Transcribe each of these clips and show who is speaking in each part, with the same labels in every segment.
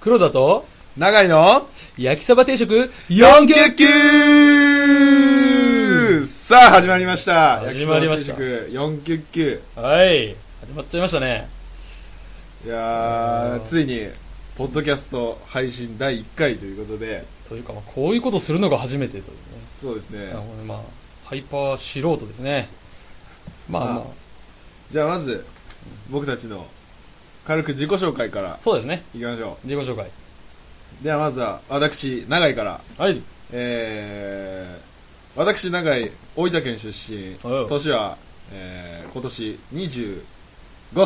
Speaker 1: 黒田と
Speaker 2: 長井の
Speaker 1: 焼きサバ定食
Speaker 2: 4級級さあ始まりました
Speaker 1: 始まりました
Speaker 2: 4級級
Speaker 1: はい始まっちゃいましたね
Speaker 2: いやーついにポッドキャスト配信第1回ということで
Speaker 1: というか、まあ、こういうことするのが初めてという
Speaker 2: そうですね
Speaker 1: ねなるほどねまあハイパー素人ですねまあ
Speaker 2: まあ
Speaker 1: まあ
Speaker 2: じゃあまず僕たちの軽く自己紹介から
Speaker 1: そうですね
Speaker 2: いきましょ
Speaker 1: 自己紹介
Speaker 2: うではまずは私長井から
Speaker 1: はい
Speaker 2: えー、私長井大分県出身
Speaker 1: おう
Speaker 2: 年は、えー、今年25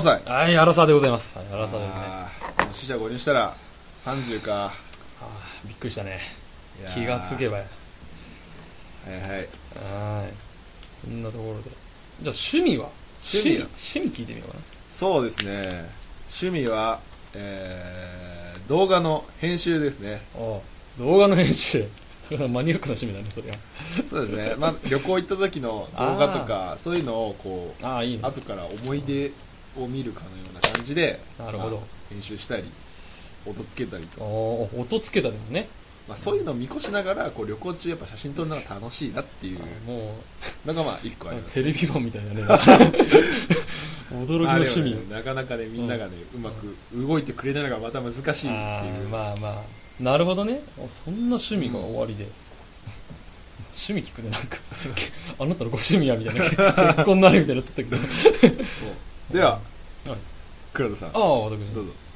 Speaker 2: 歳
Speaker 1: はい荒沢でございますはい荒沢でございますね
Speaker 2: あー死者五入したら30か
Speaker 1: あーびっくりしたね
Speaker 2: いやー
Speaker 1: 気がつけばや
Speaker 2: はいはい
Speaker 1: はーいそんなところでじゃあ趣味は
Speaker 2: 趣
Speaker 1: 趣味
Speaker 2: 味は
Speaker 1: 趣味聞いてみようか
Speaker 2: そうですね趣味は、えー、動画の編集ですね
Speaker 1: なおう動画の編集 マニアックな趣味だねそれは
Speaker 2: そうです ね、まあ、旅行行った時の動画とかそういうのをこう
Speaker 1: ああいいね
Speaker 2: 後から思い出を見るかのような感じで
Speaker 1: なるほど
Speaker 2: まあ編集したり音つけたりと、
Speaker 1: おー音つけたりもね
Speaker 2: まあ、そういうのを見越しながらこう旅行中やっぱ写真撮るのが楽しいなっていう
Speaker 1: も
Speaker 2: のがまあ一個あり
Speaker 1: う
Speaker 2: ます
Speaker 1: テレビ版みたいなね 驚きの
Speaker 2: あれはね
Speaker 1: 趣味
Speaker 2: なかなかねみんながね、うまく動いてくれないのがまた難しいって
Speaker 1: あ
Speaker 2: いう
Speaker 1: ーまあまあなるほどねあそんな趣味が終わりで、趣味聞くねなんかあなたのご趣味やみたいな結婚なるみたいになってたけど
Speaker 2: では、
Speaker 1: はい
Speaker 2: 黒田さん
Speaker 1: あ
Speaker 2: ど
Speaker 1: あ私
Speaker 2: うぞ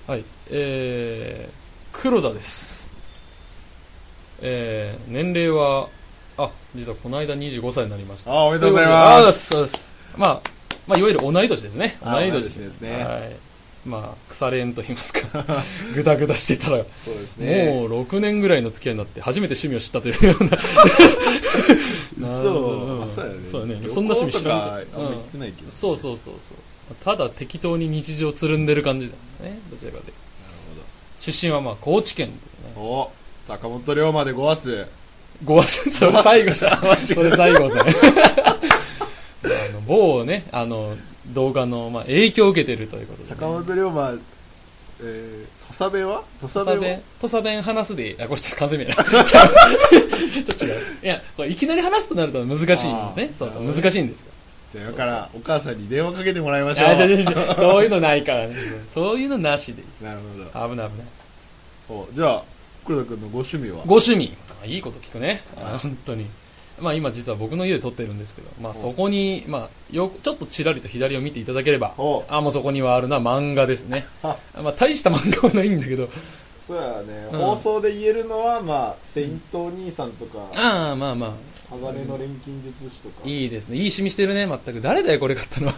Speaker 1: はいえー、黒田ですえー、年齢はあ実はこの間25歳になりました
Speaker 2: ああおめでとうござい
Speaker 1: あありがとうござい
Speaker 2: ま
Speaker 1: ますすそうですまあまあいわゆる同い年ですね
Speaker 2: あ
Speaker 1: 同
Speaker 2: ー
Speaker 1: い年
Speaker 2: 同い年ですね
Speaker 1: はいまあ腐れ縁と言います かグダグダしてたら
Speaker 2: そうです
Speaker 1: も
Speaker 2: ね
Speaker 1: う6年ぐらいの付き合いになって初めて趣味を知ったというような
Speaker 2: そう
Speaker 1: うん
Speaker 2: あそうやね
Speaker 1: そうやね
Speaker 2: 旅行
Speaker 1: そんな趣味知らなかっ
Speaker 2: と
Speaker 1: た
Speaker 2: かあんま行ってないけど、
Speaker 1: そう
Speaker 2: う
Speaker 1: そうそうそうただ適当に日常つるんでる感じだよねどちらかで出身はまあ高知県で
Speaker 2: な
Speaker 1: ね
Speaker 2: るほどお坂本龍馬でごわす
Speaker 1: ごわすそれ最後さ
Speaker 2: 間違えた
Speaker 1: それ最 後さあの某ねあの動画の、まあ、影響を受けてるということで、ね、
Speaker 2: 坂本龍馬えー、土佐弁は土
Speaker 1: 土
Speaker 2: 佐
Speaker 1: 佐
Speaker 2: 弁
Speaker 1: 弁
Speaker 2: は、
Speaker 1: 土佐弁話すでいい。あ、これちょっと完全名な。ちょっと違う。いや、これいきなり話すとなると難しい
Speaker 2: あ
Speaker 1: ね。
Speaker 2: ー
Speaker 1: そうそう、
Speaker 2: なるほどね
Speaker 1: 難しいんですよ。
Speaker 2: じゃあ今からお母さんに電話かけてもらいま
Speaker 1: あ、
Speaker 2: しょう
Speaker 1: 違う違う違うそういうのないからね。そういうのなしで。
Speaker 2: なるほ
Speaker 1: 危ない危ない。
Speaker 2: どおじゃあ黒田君のご趣味は
Speaker 1: ご趣味。あいいこと聞くね。あ本当に。まあ今実は僕の家で撮ってるんですけど、まあそこに、まあよ、ちょっとちらりと左を見ていただければ
Speaker 2: お、
Speaker 1: あ、もうそこにはあるのは漫画ですね。
Speaker 2: あ
Speaker 1: まあ大した漫画はないんだけど、
Speaker 2: そうやね、
Speaker 1: うん
Speaker 2: 放送で言えるのはまあ「セイントお兄さん」とか
Speaker 1: ああ、まあまあ、
Speaker 2: 「鋼の錬金術師」とか
Speaker 1: いいですね。いい趣味してるね、全く。誰だよ、これ買ったのは。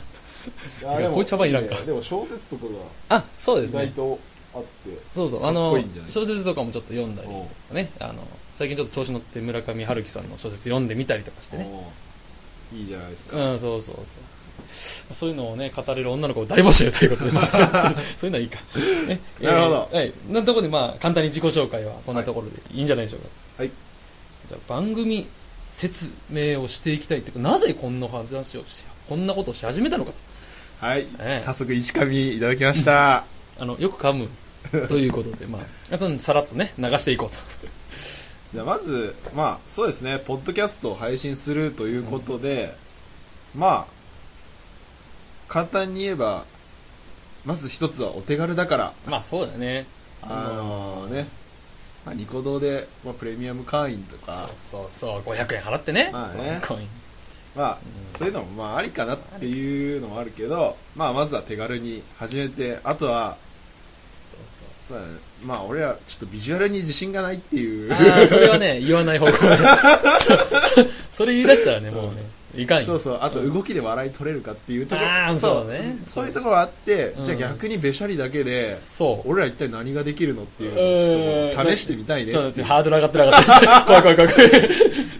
Speaker 2: あ
Speaker 1: いやこういう茶番いらんか
Speaker 2: でも小説とか
Speaker 1: あ、そう
Speaker 2: が
Speaker 1: で
Speaker 2: 意
Speaker 1: すね
Speaker 2: 外。とあって、
Speaker 1: そうそう、あ
Speaker 2: かっ
Speaker 1: の
Speaker 2: こいいんじゃない
Speaker 1: 小説とかもちょっと読んだりとかね、あの最近ちょっと調子乗って村上春樹さんの小説読んでみたりとかしてね、
Speaker 2: おいいじゃないです
Speaker 1: う
Speaker 2: か、
Speaker 1: ん、そうそうそう、そういうのをね、語れる女の子を大募集というこ とで、まあ、そうそういうのはいいか、ね
Speaker 2: なるほど
Speaker 1: えーはい、なんところで、まあ、簡単に自己紹介はこんなところでいいんじゃないでしょうか、
Speaker 2: はい
Speaker 1: じゃあ番組説明をしていきたいというか、なぜこんな話をし、こんなことをし始めたのかと。
Speaker 2: はい、
Speaker 1: ええ
Speaker 2: 早速石上いただきました
Speaker 1: あのよく噛むということで、まあ、 そのさらっとね、流していこうと。
Speaker 2: じゃあまずまあそうですねポッドキャストを配信するということで、まあ簡単に言えばまず一つはお手軽だから
Speaker 1: まあ、そうだね。
Speaker 2: あのね、まあ、ニコ動で、まあ、プレミアム会員とか
Speaker 1: そうそうそう500円払ってね,、
Speaker 2: まあね
Speaker 1: コイン
Speaker 2: まあ、そういうのもまあありかなっていうのもあるけど、まあ、まずは手軽に始めてあとは
Speaker 1: そう
Speaker 2: そうだねまあ俺らちょっとビジュアルに自信がないっていう
Speaker 1: そうああそれは ね言わない方向で そそれ言い出したらねもうね、いかんよ
Speaker 2: そうそうあと動きで笑い取れるかっていうところ
Speaker 1: あーそうだね
Speaker 2: そういうところあって、
Speaker 1: うん
Speaker 2: じゃあ逆にべしゃりだけで
Speaker 1: そう
Speaker 2: 俺ら一体何ができるのっていううのをちょっ
Speaker 1: ーん
Speaker 2: と試してみたいね
Speaker 1: ちょっと待ってハードル上がってなかった怖い怖い怖い怖い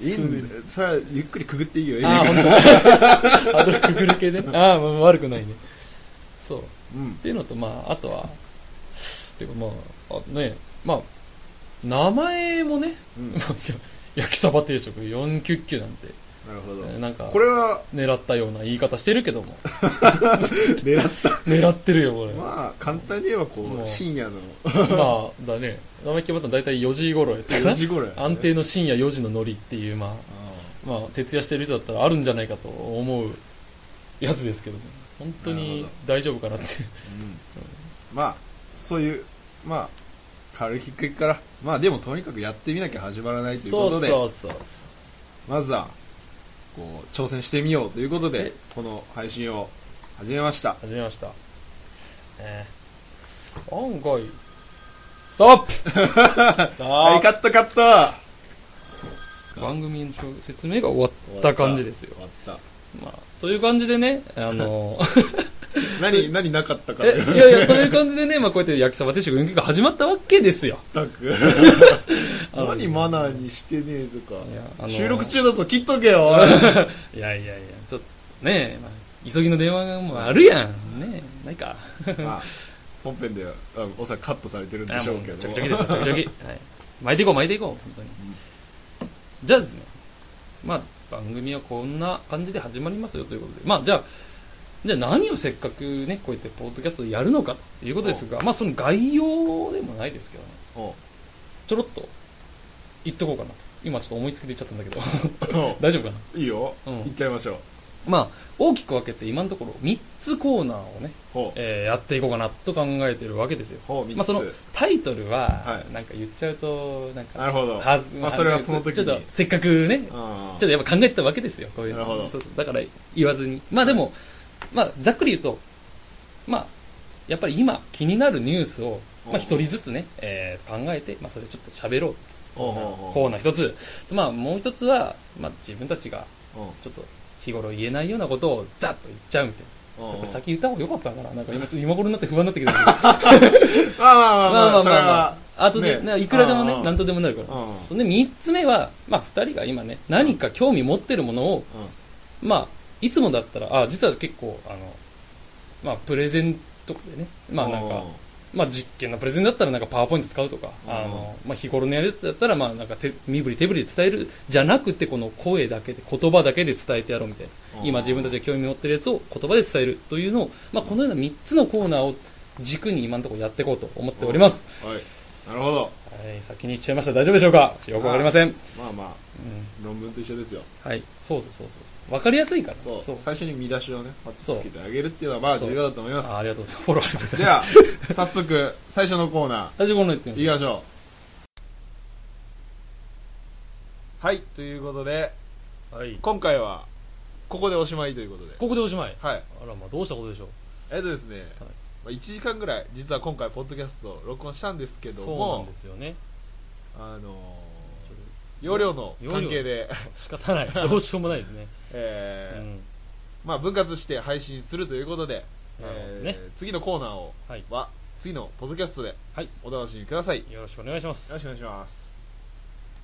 Speaker 2: いいんだよそれはゆっくりくぐっていいよ
Speaker 1: ああ
Speaker 2: エ
Speaker 1: 本
Speaker 2: イ
Speaker 1: 当だ ハードルくぐる 系ねああもう悪くないねそうっ
Speaker 2: ジ君うん
Speaker 1: ていうのとまああとはていうかまああねまあ名前もね、
Speaker 2: うん
Speaker 1: まあいや焼きそば定食499なんて
Speaker 2: なるほど
Speaker 1: えーなんか
Speaker 2: これ は
Speaker 1: 狙ったような言い方してるけども
Speaker 2: 狙っ
Speaker 1: 狙ってるよこれ
Speaker 2: たまあ簡単に言えばこ
Speaker 1: も
Speaker 2: う
Speaker 1: う
Speaker 2: 深夜の
Speaker 1: まあだね生意気ボタン大体4時頃やったか
Speaker 2: 4
Speaker 1: ら
Speaker 2: 時頃やね
Speaker 1: 安定の深夜4時のノリっていうま
Speaker 2: う
Speaker 1: あまあ徹夜してる人だったらあるんじゃないかと思うやつですけどね本当に大丈夫か なって
Speaker 2: んうんまあそういうまあ軽いきっかけからまあでもとにかくやってみなきゃ始まらないという
Speaker 1: そ
Speaker 2: こ
Speaker 1: うそ
Speaker 2: と
Speaker 1: う
Speaker 2: で
Speaker 1: そうそう
Speaker 2: まずはこう挑戦してみようということで
Speaker 1: え
Speaker 2: この配信を始めました
Speaker 1: 始めました。えー、案外、スト ップスト
Speaker 2: は
Speaker 1: ッ
Speaker 2: いカットカット
Speaker 1: プ番組の説明が終わった感じですよ。
Speaker 2: 終わった
Speaker 1: まあ、という感じでね、あの、
Speaker 2: 何何なかったか
Speaker 1: え、いやいや、という感じでね、まあこうやって焼きそば定食運気が始まったわけですよ。
Speaker 2: 全く
Speaker 1: あの
Speaker 2: 何マナーにしてねえとか
Speaker 1: いやあの
Speaker 2: 収録中だと切っとけ よおい
Speaker 1: いやいやいや、ちょっと、ねえ、まあ、急ぎの電話がもうあるやん。ねえ、ないか。
Speaker 2: まあ本編ではあおそらくカットされてるんで
Speaker 1: あ
Speaker 2: しょ
Speaker 1: も
Speaker 2: う
Speaker 1: う
Speaker 2: け
Speaker 1: ちょ
Speaker 2: ど
Speaker 1: きちょきですよ、ちょきち ょき。はい。巻いていこう、巻いていこう、本当に。じゃあですね、まあ、番組はこんな感じで始まりますよということで、まあ、じゃあ、じゃあ何をせっかくね、こうやってポッドキャストでやるのかということですが、まあ、その概要でもないですけどね、
Speaker 2: おう
Speaker 1: ちょろっと言っとこうかなと。今ちょっと思いつきで言っちゃったんだけど、
Speaker 2: お
Speaker 1: 大丈夫かな
Speaker 2: う いいよ
Speaker 1: うん
Speaker 2: 行っちゃいましょう
Speaker 1: まあ、大きく分けて今のところ3つコーナーをね、
Speaker 2: ほう
Speaker 1: えーやっていこうかなと考えてるわけですよ。
Speaker 2: ほう
Speaker 1: ま
Speaker 2: 3
Speaker 1: あ、その
Speaker 2: つ
Speaker 1: タイトルは
Speaker 2: は、
Speaker 1: なんか言っちゃうと、なんか、
Speaker 2: なるほど
Speaker 1: はず
Speaker 2: まあそれはその時に
Speaker 1: ちょっとせっかくね、
Speaker 2: あ
Speaker 1: ちょっとやっぱ考えてたわけですよ、こういうの
Speaker 2: なるほど
Speaker 1: そうそうだから言わずに。まあでも、まあざっくり言うと、まあ、やっぱり今気になるニュースを、ま
Speaker 2: う
Speaker 1: あ
Speaker 2: ん
Speaker 1: 一人ずつね、えー考えて、まあそれちょっと喋ろう。
Speaker 2: おうおう
Speaker 1: コーナー一つ。まあもう一つは、まあ自分たちが
Speaker 2: おう
Speaker 1: ちょっと日頃言えないようなことをざっと言っちゃうみたいな。
Speaker 2: おう
Speaker 1: こ
Speaker 2: おう
Speaker 1: れ先言った方が良かったかななんか今ちょっと今頃になって不安になってきたけど。
Speaker 2: まあ まあまあまあそれ
Speaker 1: ま
Speaker 2: は
Speaker 1: あ。あとで、
Speaker 2: ね
Speaker 1: ねいくらでも
Speaker 2: うんう
Speaker 1: ね、
Speaker 2: ん
Speaker 1: なんとでもなるから。
Speaker 2: うん
Speaker 1: そんで、三つ目は、まあ、二人が今ね、何か興味持ってるものを、まあ、いつもだったら、あ、実は結構、あの、まあ、プレゼントでね、まあなんか、まあ実験のプレゼンだったらなんかパワーポイント使うとか、
Speaker 2: うん
Speaker 1: あの、まあ日頃のやつだったら、まあなんか手身振り手振りで伝えるじゃなくて、この声だけで、言葉だけで伝えてやろうみたいな。今自分たち
Speaker 2: で
Speaker 1: が興味持ってるやつを言葉で伝えるというのを、まあこのような三つのコーナーを軸に今のところやっていこうと思っております。
Speaker 2: はいなるほど
Speaker 1: はい、先に言っちゃいました。大丈夫でしょうかよくわかりません。うん、
Speaker 2: まあまあ論文と一緒ですよ
Speaker 1: はい。そうそうそうそう。わかりやすいから。
Speaker 2: そう
Speaker 1: そう
Speaker 2: 最初に見出しをねまず
Speaker 1: そう
Speaker 2: つけてあげるっていうのはまあ
Speaker 1: そう
Speaker 2: 重要だと思います
Speaker 1: あありがとうございます。フォローありがとうござい
Speaker 2: で
Speaker 1: ます。
Speaker 2: は早速最初のコーナ
Speaker 1: 大丈夫この言ってみ
Speaker 2: ー
Speaker 1: まし
Speaker 2: 行きましょうはいということで
Speaker 1: ょうはい。
Speaker 2: 今回はここでおしまいということで
Speaker 1: ここでおしまい。
Speaker 2: はい
Speaker 1: あら、まあどうしたことでしょう。
Speaker 2: えっとですね、まあ1時間ぐらい実は今回ポッドキャスト録音したんですけど
Speaker 1: そうなん
Speaker 2: も
Speaker 1: ですよね。
Speaker 2: あのー容量の関係で、
Speaker 1: 仕方ない。どうしようもないです ね。う
Speaker 2: えー
Speaker 1: ん。
Speaker 2: まあ、分割して配信するということで、
Speaker 1: なるほど
Speaker 2: え
Speaker 1: ね
Speaker 2: ー次のコーナーを
Speaker 1: はい。
Speaker 2: は次のポッドキャストで
Speaker 1: はい
Speaker 2: お楽しみください、よ
Speaker 1: よろしくお願いします
Speaker 2: ろし。くお願いします